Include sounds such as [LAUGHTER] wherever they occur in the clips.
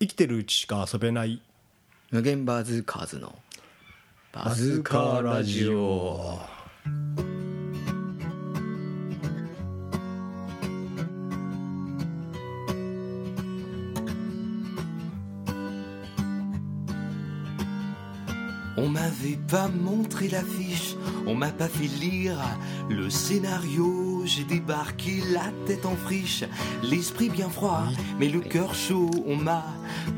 生きてるうちしか遊べない無限バズーカーズのババズカーラジオ On m'avait pas montré l'affiche, on m'a pas fait lire le scénario. J'ai débarqué la tête en friche, l'esprit bien froid, mais le cœur chaud. On m'a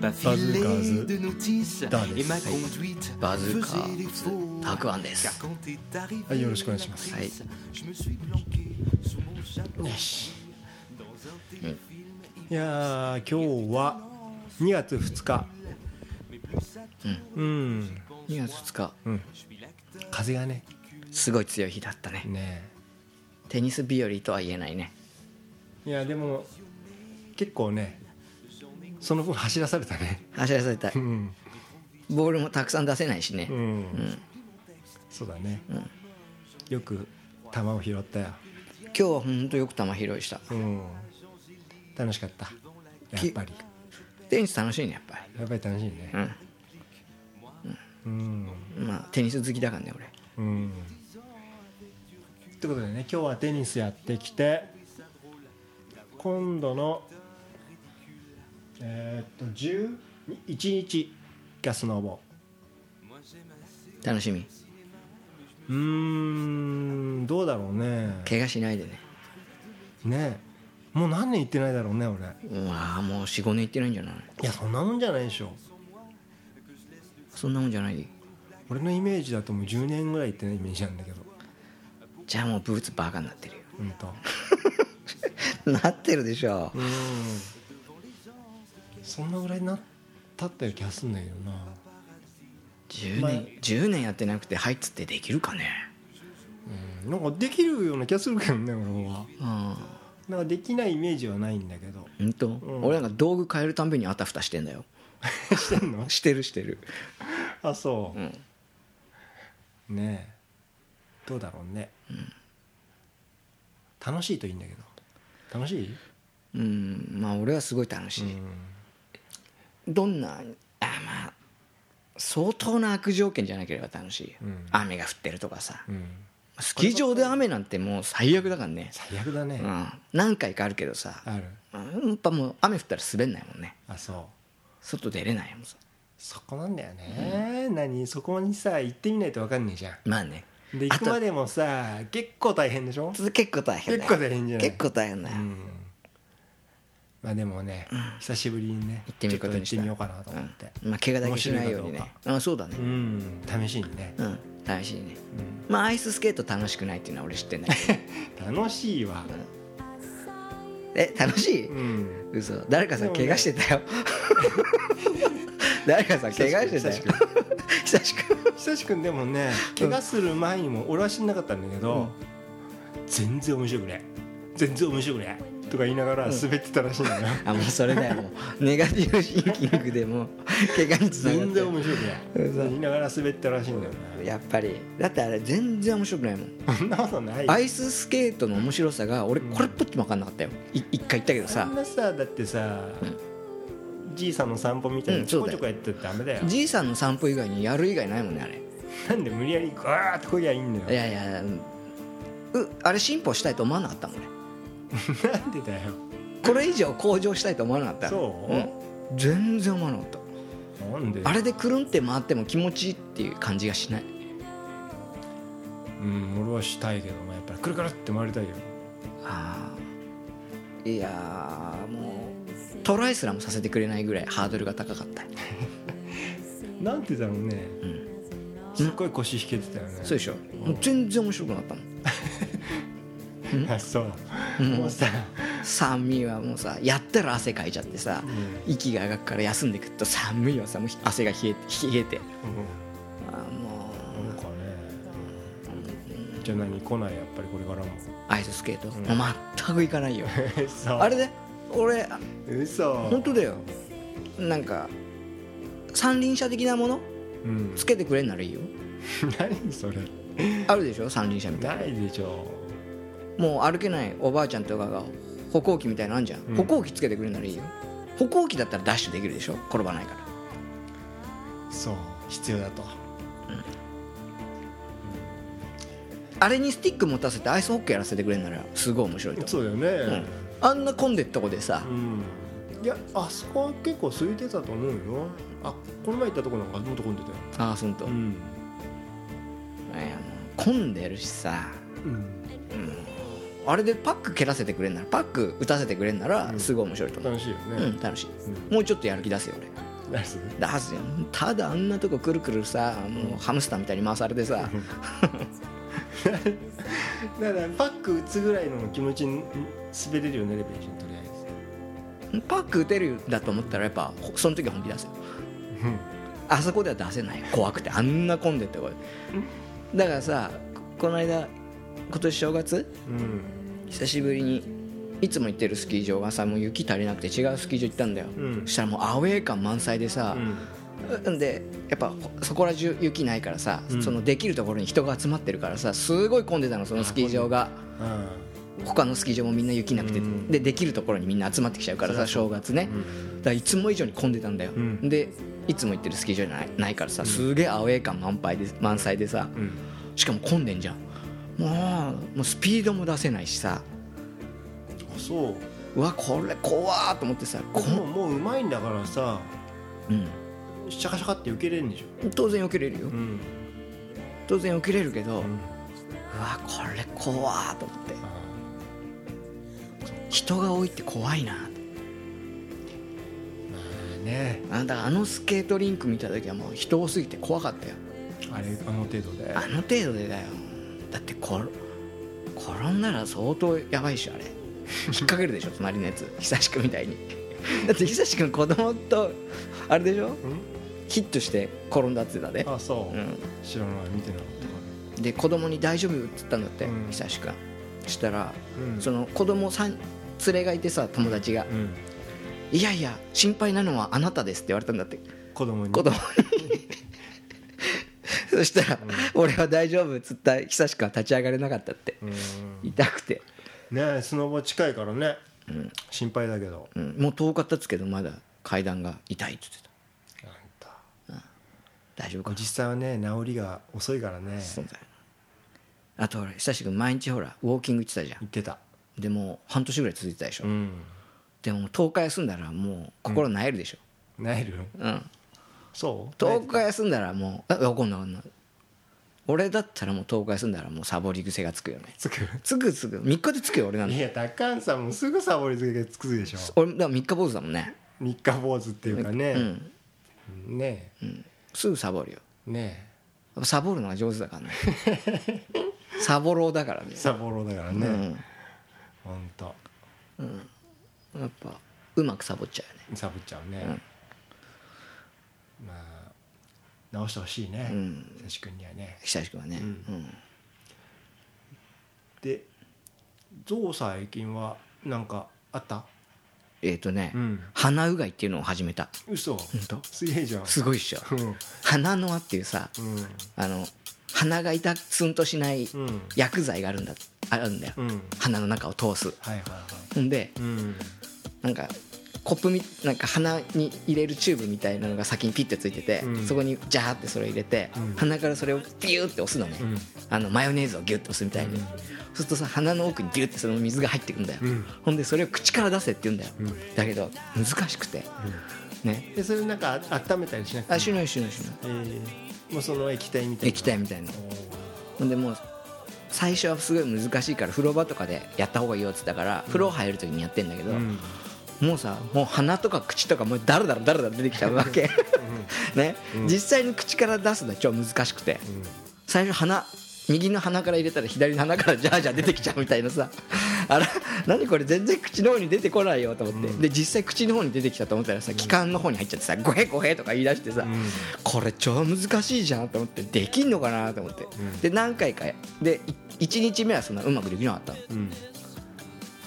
pas filé Bazookas. de notice Dales. et ma conduite Bazookas. faisait défaut. Takuan です。 Car quand est arrivée Ah, よろしくお願いします l'actrice, je me suis planqué sous mon chapeau. Dans un téléfilm, いやー今日は2月2日 mais plus ça tourne, うん2月2日 je suis l'acteur 風がねすごい強い日だったねねテニス日和とは言えないねいやでも結構ねその分走らされたね走らされたいうん、ボールもたくさん出せないしねうんそうだね、よく球を拾ったよ、今日はほんとよく球拾いしたうん、楽しかったやっぱりテニス楽しいねやっぱやっぱり楽しいねりうんうんまあテニス好きだからね俺うんってことでね今日はテニスやってきて今度のえーっと11日がスノーボ楽しみーうーんどうだろうね怪我しないでねねもう何年行ってないだろうね俺うわあもう45年行ってないんじゃないいやそんなもんじゃないでしょそんなもんじゃない俺のイメージだともう10年ぐらい行ってないイメージなんだけどじゃあもうブーツバカになってるようんと [LAUGHS] なってるでしょうんそんなぐらいになったったような気がすんだけどな10年10年やってなくて「はい」っつってできるかねうんなんかできるような気がするけどね俺はうんなんかできないイメージはないんだけどほんとん俺なんか道具変えるたんびにあたふたしてんだよしてんのしてるしてるあそう、んねえどうだろうね、楽しいといいんだけど楽しい、うんまあ俺はすごい楽しい、どんなあまあ相当な悪条件じゃなければ楽しいよ、うん雨が降ってるとかさ、うん、スキー場で雨なんてもう最悪だからね、最悪だね、うん、何回かあるけどさ、あるうんやっぱもう雨降ったら滑んないもんねあそう外出れないもんさそこなんだよね、何そこにさ行ってみないと分かんねえじゃまあねんで行くまでもさ結構大変でしょつ結構大変だよ結構大変じゃない結構大変だよ、うんまあでもね、久しぶりにね行ってみることにちしょったと行ってみようかなと思って、うんまあ、怪我だけしないよ面白うにいねかあそうだねうん、試しにね、うん楽しいね、まあアイススケート楽しくないっていうのは俺知ってん [LAUGHS] だけど楽しいわ、え楽しい、うん、嘘誰かさでもね怪我してたよ誰かさ怪我してた久しよく久しく久しくんでも [LAUGHS] ね怪我する前にも俺は死んなかったんだけど、全然面白くね全然面白くねとか言いながら滑ってたらしいんだよ、あもう [LAUGHS] それだよもうネガティブシンキングでもう怪我につなが全然っ面白くね言いながら滑ってたらしいんだよてねやっぱりだってあれ全然面白くないもんそんなことないアイススケートの面白さが俺うんこれっぽっちも分かんなかったよい一回言ったけどそさんなさだってさ、じいさんの散歩みたいにうんちそょうこちだょよこやってたらダメだよ,、じいさんの散歩以外にやる以外ないもんねあれなんで無理やりグワーッとこりゃいいんだいよやいやうんうあれ進歩したいと思わなかったもんねなんでだよこれ以上向上したいと思わなかったそううん、全然思わなかっなたんであれでくるんって回っても気持ちいいっていう感じがしないうん俺はしたいけどもやっぱりくるくるって回りたいよあーいやーもうトライすらもさせてくれないぐらいハードルが高かった、なんてだろうねうん、すっごい腰引けてたよねそうでしょもう全然面白くなかったもんあ [LAUGHS] そう、もうさ、寒いはもうさやったら汗かいちゃってさ息が上がるから休んでくっと寒いはさもう汗が冷えて冷えてあーもうんなんかね、じゃあ何来ないやっぱりこれからうも [LAUGHS] アイススケート、もう全く行かないよ嘘あれで俺嘘本当だよなんか三輪車的なものうん [LAUGHS] つけてくれんならいいよ何それあるでしょ三輪車みたいないでしょなもう歩けないおばあちゃんとかが歩行器みたいなのあんじゃん、うん歩行器つけてくれんならいいよ歩行器だったらダッシュできるでしょ転ばないからそう必要だとあれにスティック持たせてアイスホッケーやらせてくれるならすごい面白いと思うそうだよね、うんあんな混んでったとこでさうんいやあそこは結構空いてたと思うよあこの前行ったとこなんかもっと混んでたよああそんと、ん、いやもう混んでるしさうん、あれでパック蹴らせてくれんならパック打たせてくれんならうんすごい面白いと思う楽しいよね、うん、楽しいうんもうちょっとやる気出すよ俺ナイスね出すよただあんなとこくるくるさもうハムスターみたいに回されてさだからパック打つぐらいの気持ちに滑れるようになればいいじゃんとりあえパック打てるんだと思ったらやっぱほその時は本気出すよず、うんあそこでは出せない怖くてあんな混んでってこれだからさここの間今年正月うん久しぶりにいつも行ってるスキー場がさもう雪足りなくて違うスキー場行ったんだよ、うんそしたらもうアウェー感満載でさ、んでやっぱそこら中雪ないからさ、うんそのできるところに人が集まってるからさすごい混んでたのそのスキー場があ他のスキー場もみんな雪なくて、うんでできるところにみんな集まってきちゃうからさ正月ね、だからいつも以上に混んでたんだよ、うんでいつも行ってるスキー場じゃないないからさすげえアウェー感満杯で満載でさ、うんしかも混んでんじゃんもうもうスピードも出せないしさあそううわこれ怖ーと思ってさこでももううまいんだからさうん、シャカシャカって受けれるんでしょ当然受けれるよ、ん当然受けれるけど、ううんわこれ怖ーと思ってあ人が多いって怖いなとーねあだからあのスケートリンク見た時はもう人多すぎて怖かったよあれあの程度であの程度でだよだってこ転んだら相当やばいっしょあれ引っ掛けるでしょ [LAUGHS] 隣のやつ久しくみたいに [LAUGHS] だって久しくん子供とあれでしょうんヒットして転んだって言ってたねあそう、うん知らない見てなかっで子供に「大丈夫?」って言ったんだって、うん久しくんしたら、たうんその子供さん連れがいてさ友達がうん「いやいや心配なのはあなたです」って言われたんだって子供に子供に [LAUGHS] そしたら「俺は大丈夫」っつった久しくんは立ち上がれなかったってうん痛くて、ねえスノボ近いからね、ん心配だけどうん、もう遠かったっつけどまだ階段が痛いって言ってたあんた大丈夫か実際はね治りが遅いからねそうだよあとほら久しくん毎日ほらウォーキング行ってたじゃ言ってたんでもう半年ぐらい続いてたでしょ、うんでも10日休んだらもう心なえるでしょ、なえるうん、そう10日休んだらもうあ分かんないわかんない俺だったらもう10日休んだらもうサボり癖がつくよねつくつくつく3日でつくよ俺なんいてや高ンさんもすぐサボり付けつくでしょ俺だから3日坊主だもんね三日坊主っていうかうね、んねすぐサボるよえねやっぱサボるのが上手だからね [LAUGHS] サボろうだからねえサボろうだからうね、んほんとやっぱうまくサボっちゃうよねサボっちゃうね、まあ直してほしいねうん久し君にはね久しくんはね、うんうんでゾウ最近はなんかあったえっ、とね、ん鼻うがいっていうのを始めた嘘とすげえじゃんすごいっしょうん鼻の輪っていうさあの鼻が痛くツンとしないうんうん薬剤があるんだあるんだよ、うん鼻の中を通すはいはいはほんでいうんなんかコップみなんか鼻に入れるチューブみたいなのが先にピッてついてて、うんそこにジャーってそれを入れて、うん鼻からそれをピューって押すのね、うんあのマヨネーズをギュッと押すみたいに、そうするとさ鼻の奥にギュッてその水が入ってくんだよ、うんほんでそれを口から出せって言うんだよ、うんだけど難しくて、ねでそれなんか温めたりしなくてあしないしないしないえーもうその液体みたいな液体みたいなおーほんでもう最初はすごい難しいから風呂場とかでやった方がいいよって言ったから、風呂入る時にやってんだけど、うんもうさもう鼻とか口とかもうダラダラダラダラ出てきちゃうわけ [LAUGHS] ね、実際に口から出すのは超難しくて最初鼻右の鼻から入れたら左の鼻からジャージャー出てきちゃうみたいなさあら何これ全然口の方に出てこないよと思って、で実際口の方に出てきたと思ったらさ気管の方に入っちゃってさ「ごへごへ」とか言い出してさ、んこれ超難しいじゃんと思ってできんのかなと思って、んで何回かで1日目はそんなうまくできなかったのうん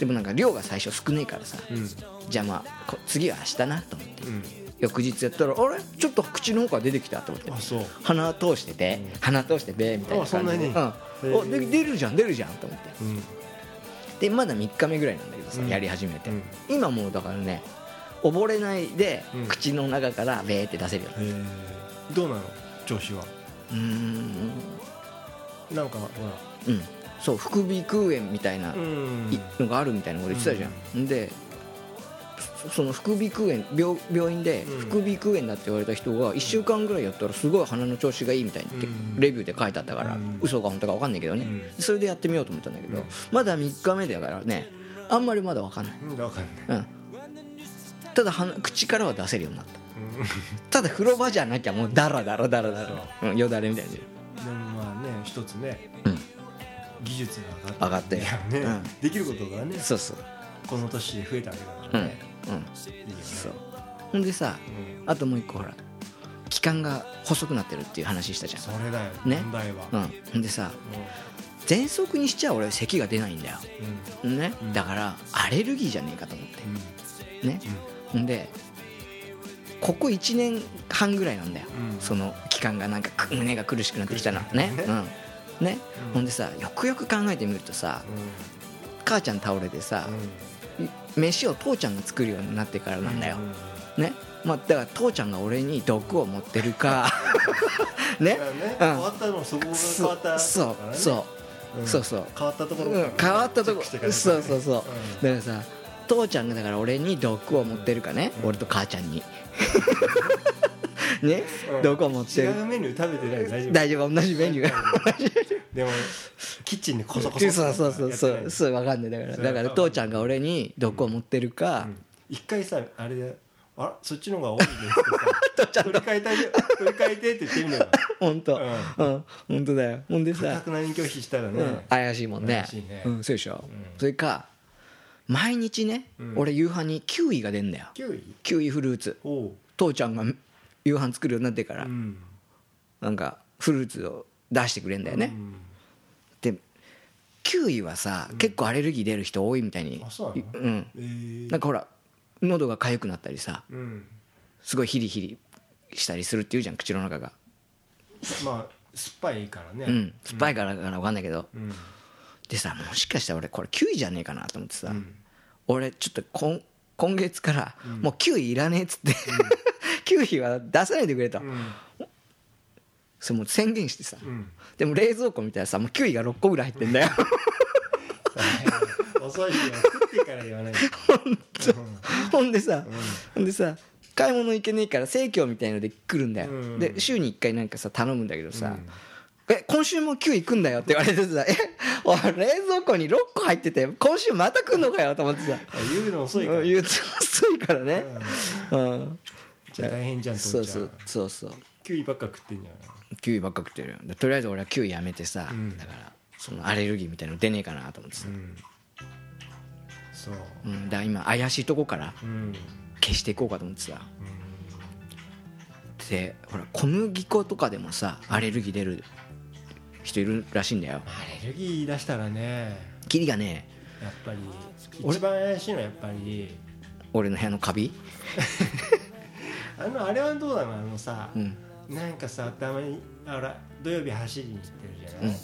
でもなんか量が最初少ねえからさ、うんじゃあまあこ次は明日なと思ってうん翌日やったらあれちょっと口の方から出てきたと思ってあそう鼻通してて鼻通してべーみたいなあそん感なじにで、うん、あへーで出るじゃん出るじゃんと思ってうんでまだ3日目ぐらいなんだけどさ、うんやり始めて、うん今もうだからね溺れないでうん口の中からベーって出せるようえどうなの調子はにうんなんかほうんそう副鼻腔炎みたいならうんいのがあるみたいなこと言ってたじゃん、でそその副鼻腔炎病病院でうん副鼻腔炎だって言われた人が1週間ぐらいやったらすごい鼻の調子がいいみたいにってうんレビューで書いてあったから、うん嘘か本当か分かんないけどね、うそれでやってみようと思ったんだけど、うんまだ3日目だからねあんまりまだ分かんない、うんわかんないうん、ただ鼻口からは出せるようになったうんただ風呂場じゃなきゃもうダラダラダラダラ、うん、よだれみたいにでもまあね一つね、うん技術が上がった上がってね、うんできることがねそうそうこの年で増えたわけだからうんうんね、いいよねそうほんでさうんあともう一個ほら気管が細くなってるっていう話したじそれだよ、ね問題は、ゃん、うん、ほんでさ喘息にしちゃ俺咳が出ないんだよ、うんうんねうんだからアレルギーじゃねえかと思ってねほんでここ1年半ぐらいなんだよ、うんその期間がなんかく胸が苦しくなってきたの苦しくなねってきたうんねうんほんでさよくよく考えてみるとさう母ちゃん倒れてさんうん飯を父ちゃんが作るようになってからなんだよ、うんねまあ、だから父ちゃんが俺に毒を持ってる [LAUGHS] かねだからね、うん変わったのそこが変そわったから、うね、そうそんうそうそう変わったところうん変わったとこチェックしてそういかそうそうだからさ父ちゃんがだから俺に毒を持ってるかねうん俺と母ち [LAUGHS] ゃんにねうん毒を持ってないると違うメニュー食べてない大丈夫大丈夫同じメニューでもキッチンにこそこそそうそうそうやってそないうそうわかんないだからそれだはから父ちゃんが俺に毒を持ってるかうん一回さあれで「あらそっちの方が多いね」 [LAUGHS] ってさ取り替えたいよ取り替えてって言ってみれば本当ううん本当だよほんで不さ覚な任教費したらうね、ん怪しいもんね怪しいねうんそうでしょうんそれか毎日ねうん俺夕飯にキウイが出んだよキウイキウイフルーツおう、父ちゃんが夕飯作るようになってからうん、なんかフルーツを出してくれんだよね、うんでキウイはさ、結構アレルギー出る人多いみたいにあそうなのん、えーなんかほら喉が痒くなったりさうんすごいヒリヒリしたりするっていうじゃん口の中が、まあ酸っぱいからねうん、酸っぱいからかな分かんないけど、うんでさもしかしたら俺これキウイじゃねえかなと思ってさ、ん俺ちょっと今今月からもうキウイいらねえっつって、 [LAUGHS] キウイは出さないでくれと、うんそれもう宣言してさ、うんでも冷蔵庫見たらさもうキウイが6個ぐらい入ってんだよ遅いよ食ってから言わないと [LAUGHS] ほんでさ、ほんでさ買い物行けねえから生協みたいので来るんだよ、うんで週に1回なんかさ頼むんだけどさうん「え今週も9行くんだよ」って言われてさ「 [LAUGHS] えおい冷蔵庫に6個入ってて今週また来んのかよ」と思ってさ言うの遅いから、うん言うと遅いからねうんうんじゃあ大変じゃん父そうちゃそんうそうそうキウイばっか食ってんじゃないキウイばっか食ってるよでとりあえず俺はキウイやめてさ、うんだからそのアレルギーみたいの出ねえかなと思ってさ、うんそううん、だから今怪しいとこからうん消していこうかと思ってさでほら小麦粉とかでもさアレルギー出る人いるらしいんだよアレルギー出したらねキリがねやっぱり俺一番怪しいのはやっぱり俺の部屋のカビあのあれはどうなのあのさ、うんなんかさたまにあら土曜日走りに行ってるじゃない、うん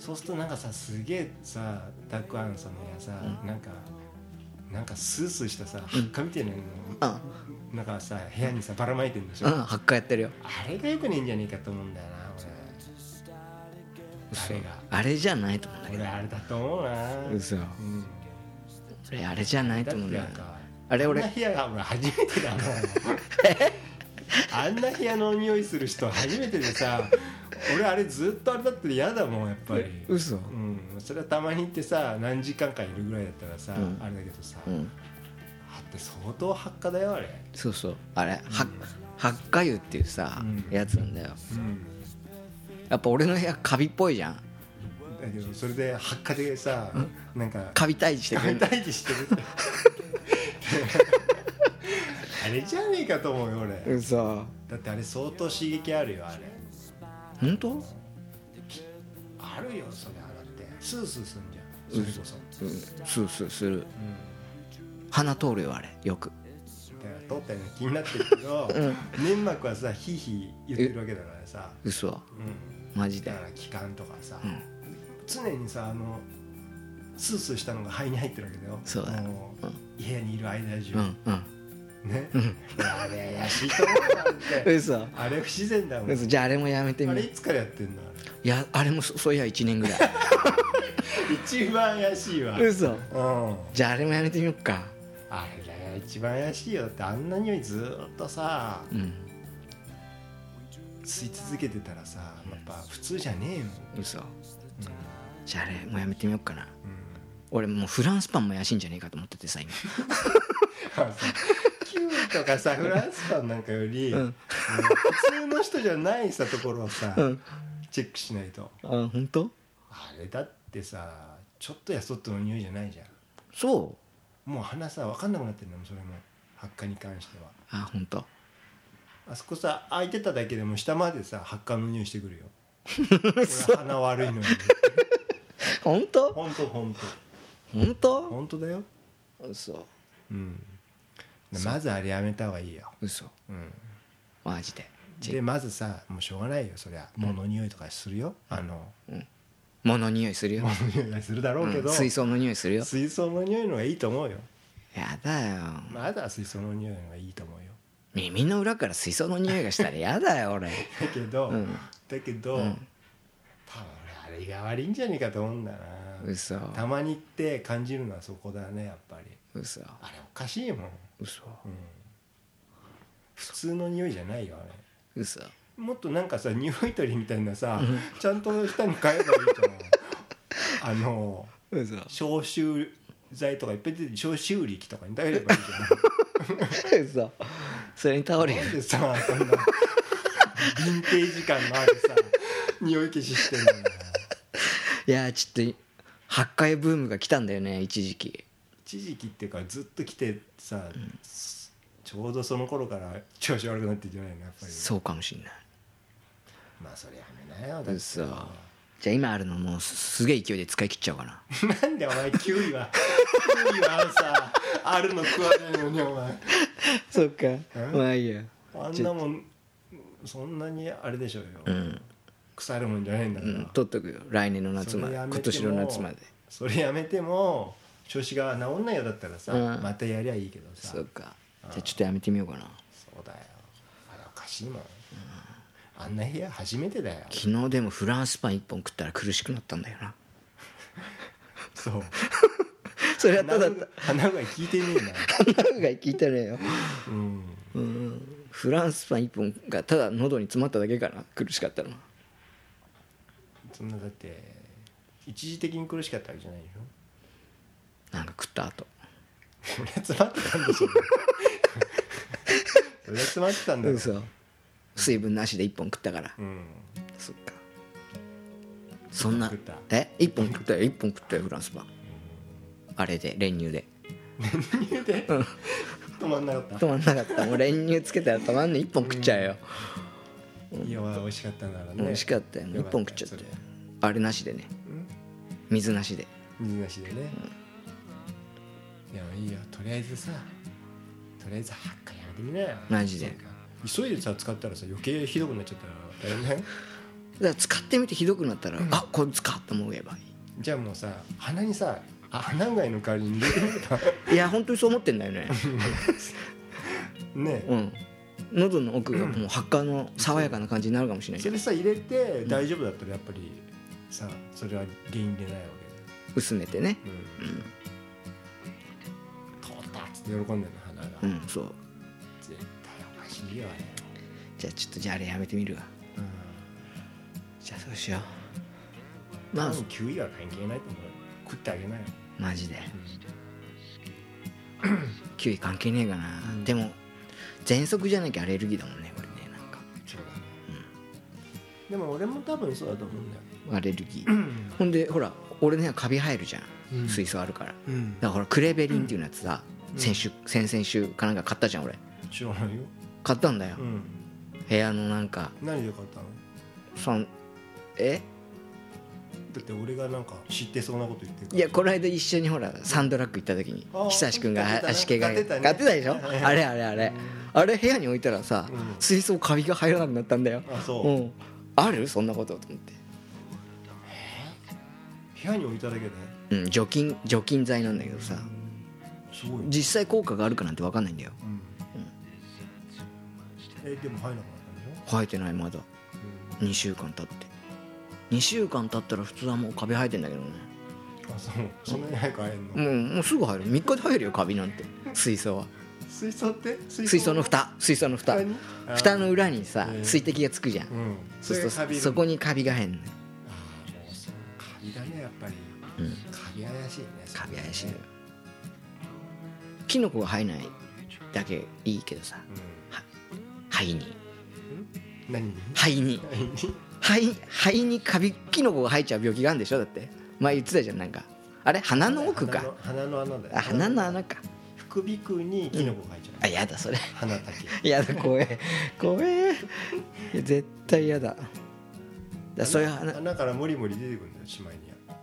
そうするとなんかさすげえさダックアンさんのやさ、なんかなんかスースーしたさ発火みたいなの、うんなんかさ部屋にさばらまいてるでしょ、うん発火やってるよあれがよくねえんじゃねえかと思うんだよな俺あれがあれじゃないと思うんだけ俺あれだと思うなど嘘うん俺あれじゃないだとって思うんだなよんかあれあんな俺部屋が俺初めてだ [LAUGHS] もんあんな部屋の匂いする人初めてでさ俺あれずっとあれだって嫌だもんやっぱり嘘うんそれはたまに行ってさ何時間かいるぐらいだったらさ、うんあれだけどさ、うあんって相当発火だよあれそうそうあれは発火油っていうさうんやつなんだようんやっぱ俺の部屋カビっぽいじゃんだけどそれで発火でさなんかカビ退治してくれる退治してるって [LAUGHS] あれじゃねえかと思うよ俺嘘だってあれ相当刺激あるよあれ本当あるよそれあだってスースーすんじゃんそれこそ、うんスースーするう鼻通るよあれよくん、だから通ったような気になってるけど、粘膜はさヒーヒー言ってるわけだからさ、嘘うん、マジでだから気管とかさ、常にさあのスースーしたのが肺に入ってるわけだよそうだよもうう部屋にいる間中、うんうんねうんあれ怪しいと思うなんて嘘あれ不自然だもん嘘じゃああれもやめてあみれるいつからやってんのあいやあれもそそういや1年ぐらいれ一番怪しいわうん [LAUGHS] 嘘じゃああれもやめてみよっかあれだよ一番怪しいよだってあんな匂いずーっとさうん吸い続けてたらさやっぱ普通じゃねえもん嘘じゃああれもうやめてみようかな俺もうフランスパンも怪しいんじゃねえかと思っててさ今あそう [LAUGHS] キューとかさフランスパンなんかより、うん普通の人じゃないさところをさ、うんチェックしないとあ本当あれだってさちょっとやそっとの匂いじゃないじゃんそうもう鼻さ分かんなくなってるのもそれも発火に関してはあ本当あそこさ開いてただけでも下までさ発火の匂いしてく [LAUGHS] るよ俺鼻悪いのに本当本当本当本当本当だよ嘘うんまずあれやめた方がいいよ、嘘うん、マジででまずさもうしょうがないよそりゃ物の匂いとかするよ、あの物の匂いするよ、物の匂いがするだろうけど、うん水槽の匂いするよ水槽の匂いの方がいいと思うよやだよまだ水槽の匂いの方がいいと思うよ耳の裏から水槽の匂いがしたらやだよ俺だけど、うんだけど、うん多分俺あれが悪いんじゃねえかと思うんだな嘘たまに行って感じるのはそこだねやっぱり嘘あれおかしいもん、嘘うん、普通の匂いじゃないよあれ嘘もっとなんかさ匂い取りみたいなさちゃんとしたの買えばいいと思うあの嘘消臭剤とかいっぱい出て消臭力とかに頼ればいいじゃない嘘それに倒れ [LAUGHS] なんるでさそんなヴィンテージ感のあるさ匂い消ししてんのよいやちょっと発壊ブームが来たんだよね一時期一時期っていうかずっと来てさ、ちょうどその頃から調子悪くなってんじゃないのやっぱりそうかもしんないまあそれやめなよだって嘘じゃあ今あるのもうすすげえ勢いで使い切っちゃおうかななんでお前キウイはキウイはさあるの食わないのにお前そっかまあいいやあんなもんそんなにあれでしょうよ、うん、腐るもんじゃないんだかうら、ん、取っとくよ来年の夏まそれでやめても今年の夏までそれやめても調子が治んないようだったらさ、うんまたやりゃいいけどさそうかじゃあちょっとやめてみようかなそうだよあれおかしいもん、あんな部屋初めてだよ昨日でもフランスパン1本食ったら苦しくなったんだよな [LAUGHS] そうそれはた鼻だが鼻が効いてねえななんか聞いたねようんフランスパン1本がただ喉に詰まっただけかな苦しかったのはそんなだって一時的に苦しかったわけじゃないでしょなんか食った後それ詰まってたんでし [LAUGHS] ょそれ詰まってたんだよ嘘水分なしで1本食ったからうんそっかそんな食ったえ一1本食ったよ1本食ったよフランスパンあれで練乳で言うて止まんなかった止まんなか [LAUGHS] ったもう練乳つけたら止まんね1本食っちゃうよいや美味しかったんだろうね美味しかったよよ1か本食っちゃっそたよれあれなしでねん水なしで水なしでね、でもいいよとりあえずさとりあえずハッカやめてみなよマジで急いでさ使ったらさ余計ひどくなっちゃったらだ [LAUGHS] よねだから使ってみてひどくなったら、あこれ使って思えばいじゃあもうさ鼻にさあ鼻うがいの代わりに入れてみ [LAUGHS] るかいいや本当にそう思ってんだよねね、うん喉の奥がもう発火の爽やかな感じになるかもしれないそけどれさ入れて大丈夫だったらやっぱりさそれは原因でないわ薄めてねけでうん通ったっつって喜んでるの鼻が、うんそう絶対おかしいよあれじゃあちょっとじゃああれやめてみるわうんじゃあそうしようまあ多分9位は関係ないと思うよ食ってあげなよマジでキウイ関係ねえかな、でも喘息じゃなきゃアレルギーだもんねこれねなんかそうだね、でも俺も多分そうだと思うんだよアレルギー、ほんでほら俺ねカビ生えるじゃん、うん水槽あるからうんだからクレベリンっていうやつさ、先週先々週かなんか買ったじゃん俺知らないよ、買ったんだよ、うん、部屋のなんか何で買ったのそんえだって俺がなんか知ってそうなこと言ってるからいやこの間一緒にほらサンドラッグ行った時にあー久志君が買ってたね足毛が買ってたね買ってたでしょはいあれあれあれあれ部屋に置いたらさうん水槽カビが入らなくなったんだよあそう、う部んあるそんなことと思って屋に置いただけでうん除菌除菌剤なんだけどさすごい、うん実際効果があるかなんて分かんないんだようんえでも入らなかったんでし生えてないまだ2週間経って2週間経ったら普通はもうカビ生えてんだけどねょあそうそんなに早く入るの、もうもうすぐ入る3日で入るよカビなんて水槽は水槽って水水槽の蓋水槽の蓋何あー蓋の裏にさえー水滴がつくじゃんうんそそうれすがカるとビそこにカビが入んのよああもうそうカビだねやっぱりうんカビ怪しいねカビ怪しいのよキノコが生えないだけいいけどさ肺にうん何肺に肺肺にカビキノコが生えちゃう病気があるんでしょだって前言ってたじゃんなんかあれ鼻の奥か鼻の鼻の穴だよあ鼻の穴か副鼻腔にキノコが入っちゃうあやだそれ [LAUGHS] 鼻だけやだ怖え怖えいや絶対やだだそういう穴鼻穴からモリモリ出てくるんだよしまいには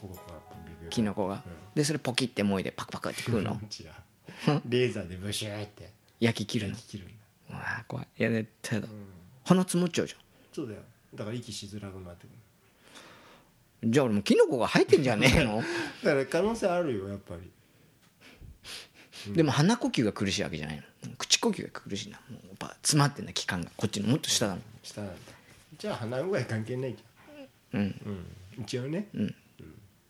ここからビュビュビュキノコがでそれポキってもいでパクパクって食うの違うレーザーでブシューって焼き切るの焼き切るんだうわ怖いいや絶対だうん鼻積もっちゃうじそうだよだから息しづらくなってくるゃんじゃあ俺もキノコが生えてんじゃねえのだから可能性あるよやっぱりでも鼻呼吸が苦しいわけじゃないの口呼吸が苦しいなもうやっぱ詰まってんだ気管がこっちのもっと下だもん下なんだじゃあ鼻うがい関係ないじゃんうんうん一応ね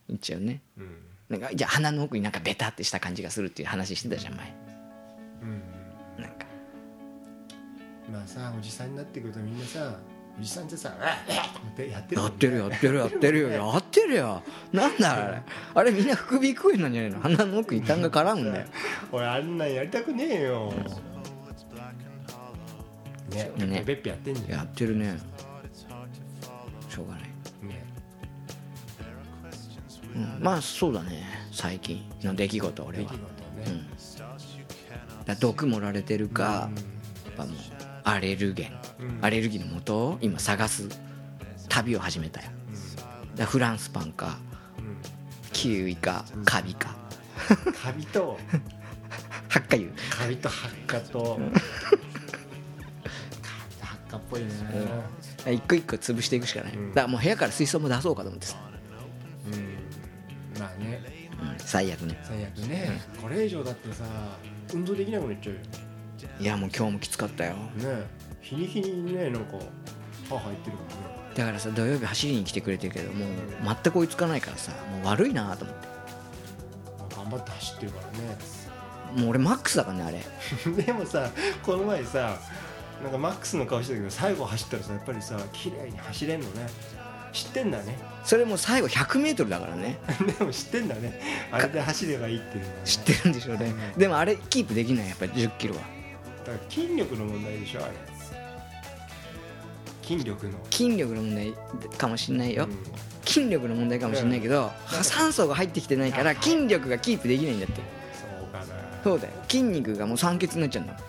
いっちゃうねうんなんかじゃあ鼻の奥になんかベタってした感じがするっていう話してたじゃん前うんなんかまあさおじさんになってくるとみんなさおじさんってさ「あっ!」ってやってるやもんっねてるよやってるよやってるよやってるよなんだあれあれみんな副鼻腔炎なんじゃないの鼻の奥に痰が絡むんだよ俺あんなんやりたくねえよねねベッピやってんじゃやってるねしょうがない、んねうん、まあそうだね最近の出来事俺出来は事うんねだ毒盛られてるか、やっぱもうアレルゲン、アレルギーの元を今探す旅を始めたよ、だからフランスパンかキウイかカビかカビとハッカ油カビとハッカとハッカっぽいね一個一個潰していくしかない、んだからもう部屋から水槽も出そうかと思ってさ、うんまあねうん最悪ね最悪ねこれ以上だってさ運動できなくなっちゃうよいやもう今日もきつかったよね日に日にねなんか歯入ってるかだからさ土曜日走りに来てくれてるけどもう全く追いつかないからさもう悪いなと思ってらね頑張って走ってるからねもう俺マックスだからねあれ [LAUGHS] でもさこの前さなんかマックスの顔してたけど最後走ったらさやっぱりさ綺麗に走れんのね知ってんだね [LAUGHS] それもう最後 100m だからねでも知ってんだねあれで走ればいいっていうのはね、知ってるんでしょうねでもあれキープできないやっぱり1 0キロはだから筋力の問題でしょあれ筋力の筋力の問題かもしんないよ、うん筋力の問題かもしんないけど、酸素が入ってきてないから筋力がキープできないんだってそうかなそうだよ筋肉がもう酸欠になっちゃうんだもん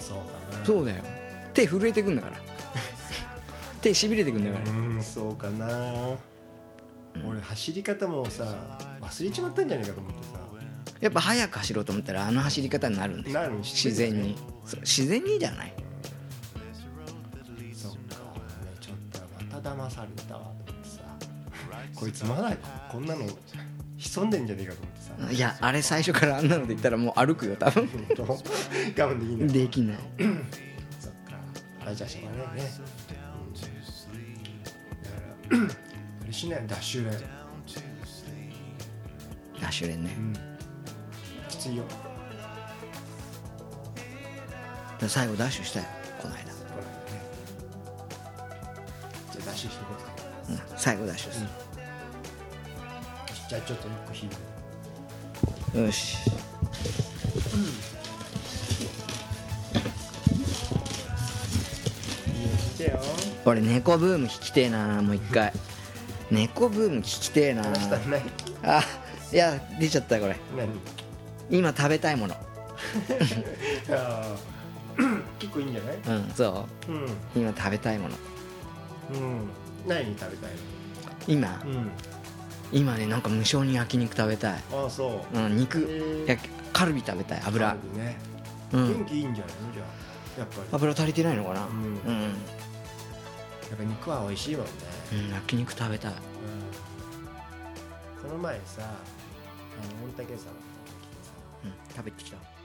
そうかなそうだよ手震えてくんだから [LAUGHS] 手しびれてくんだから、うんそうかな、俺走り方もさ忘れちまったんじゃないかと思ってやっぱ速く走ろうと思ったらあの走り方になるんですさよなるん自然にそう自然にじゃないそっか俺ちょっとまた騙されたわと思ってさ [LAUGHS] こいつまだこんなの潜んでんじゃねえかと思ってさ [LAUGHS] いやあれ最初からあんなので言ったらもう歩くよ多分我慢できないできないそっかあれじゃしょうがないね、うん、だからあれしないダッシュレダッシュレンねうんきついよだから最後ダッシュしたよこの間、これねじゃあダッシュしてこうかうん、最後ダッシュする、じゃあちょっと一個引いてよし家に来てよ俺猫ブーム聞きてえなもう一回猫ブーム聞きてえな話したらないあいや出ちゃったこれ何今食べたいものあー [COUGHS] 結構いいんじゃないうんそうんう今食べたいものうん何食べたい今のうん今ねなんか無性に焼肉食べたい、ああそううん、肉えー焼きカルビ食べたいカ油ルビねう元ん気いいんじゃないのじゃあやっぱり油足りてないのかなうんうやん、っぱ肉は美味しいもんねうん、焼肉食べたいうんこの前さあの御嶽山の時にさうん食べてきた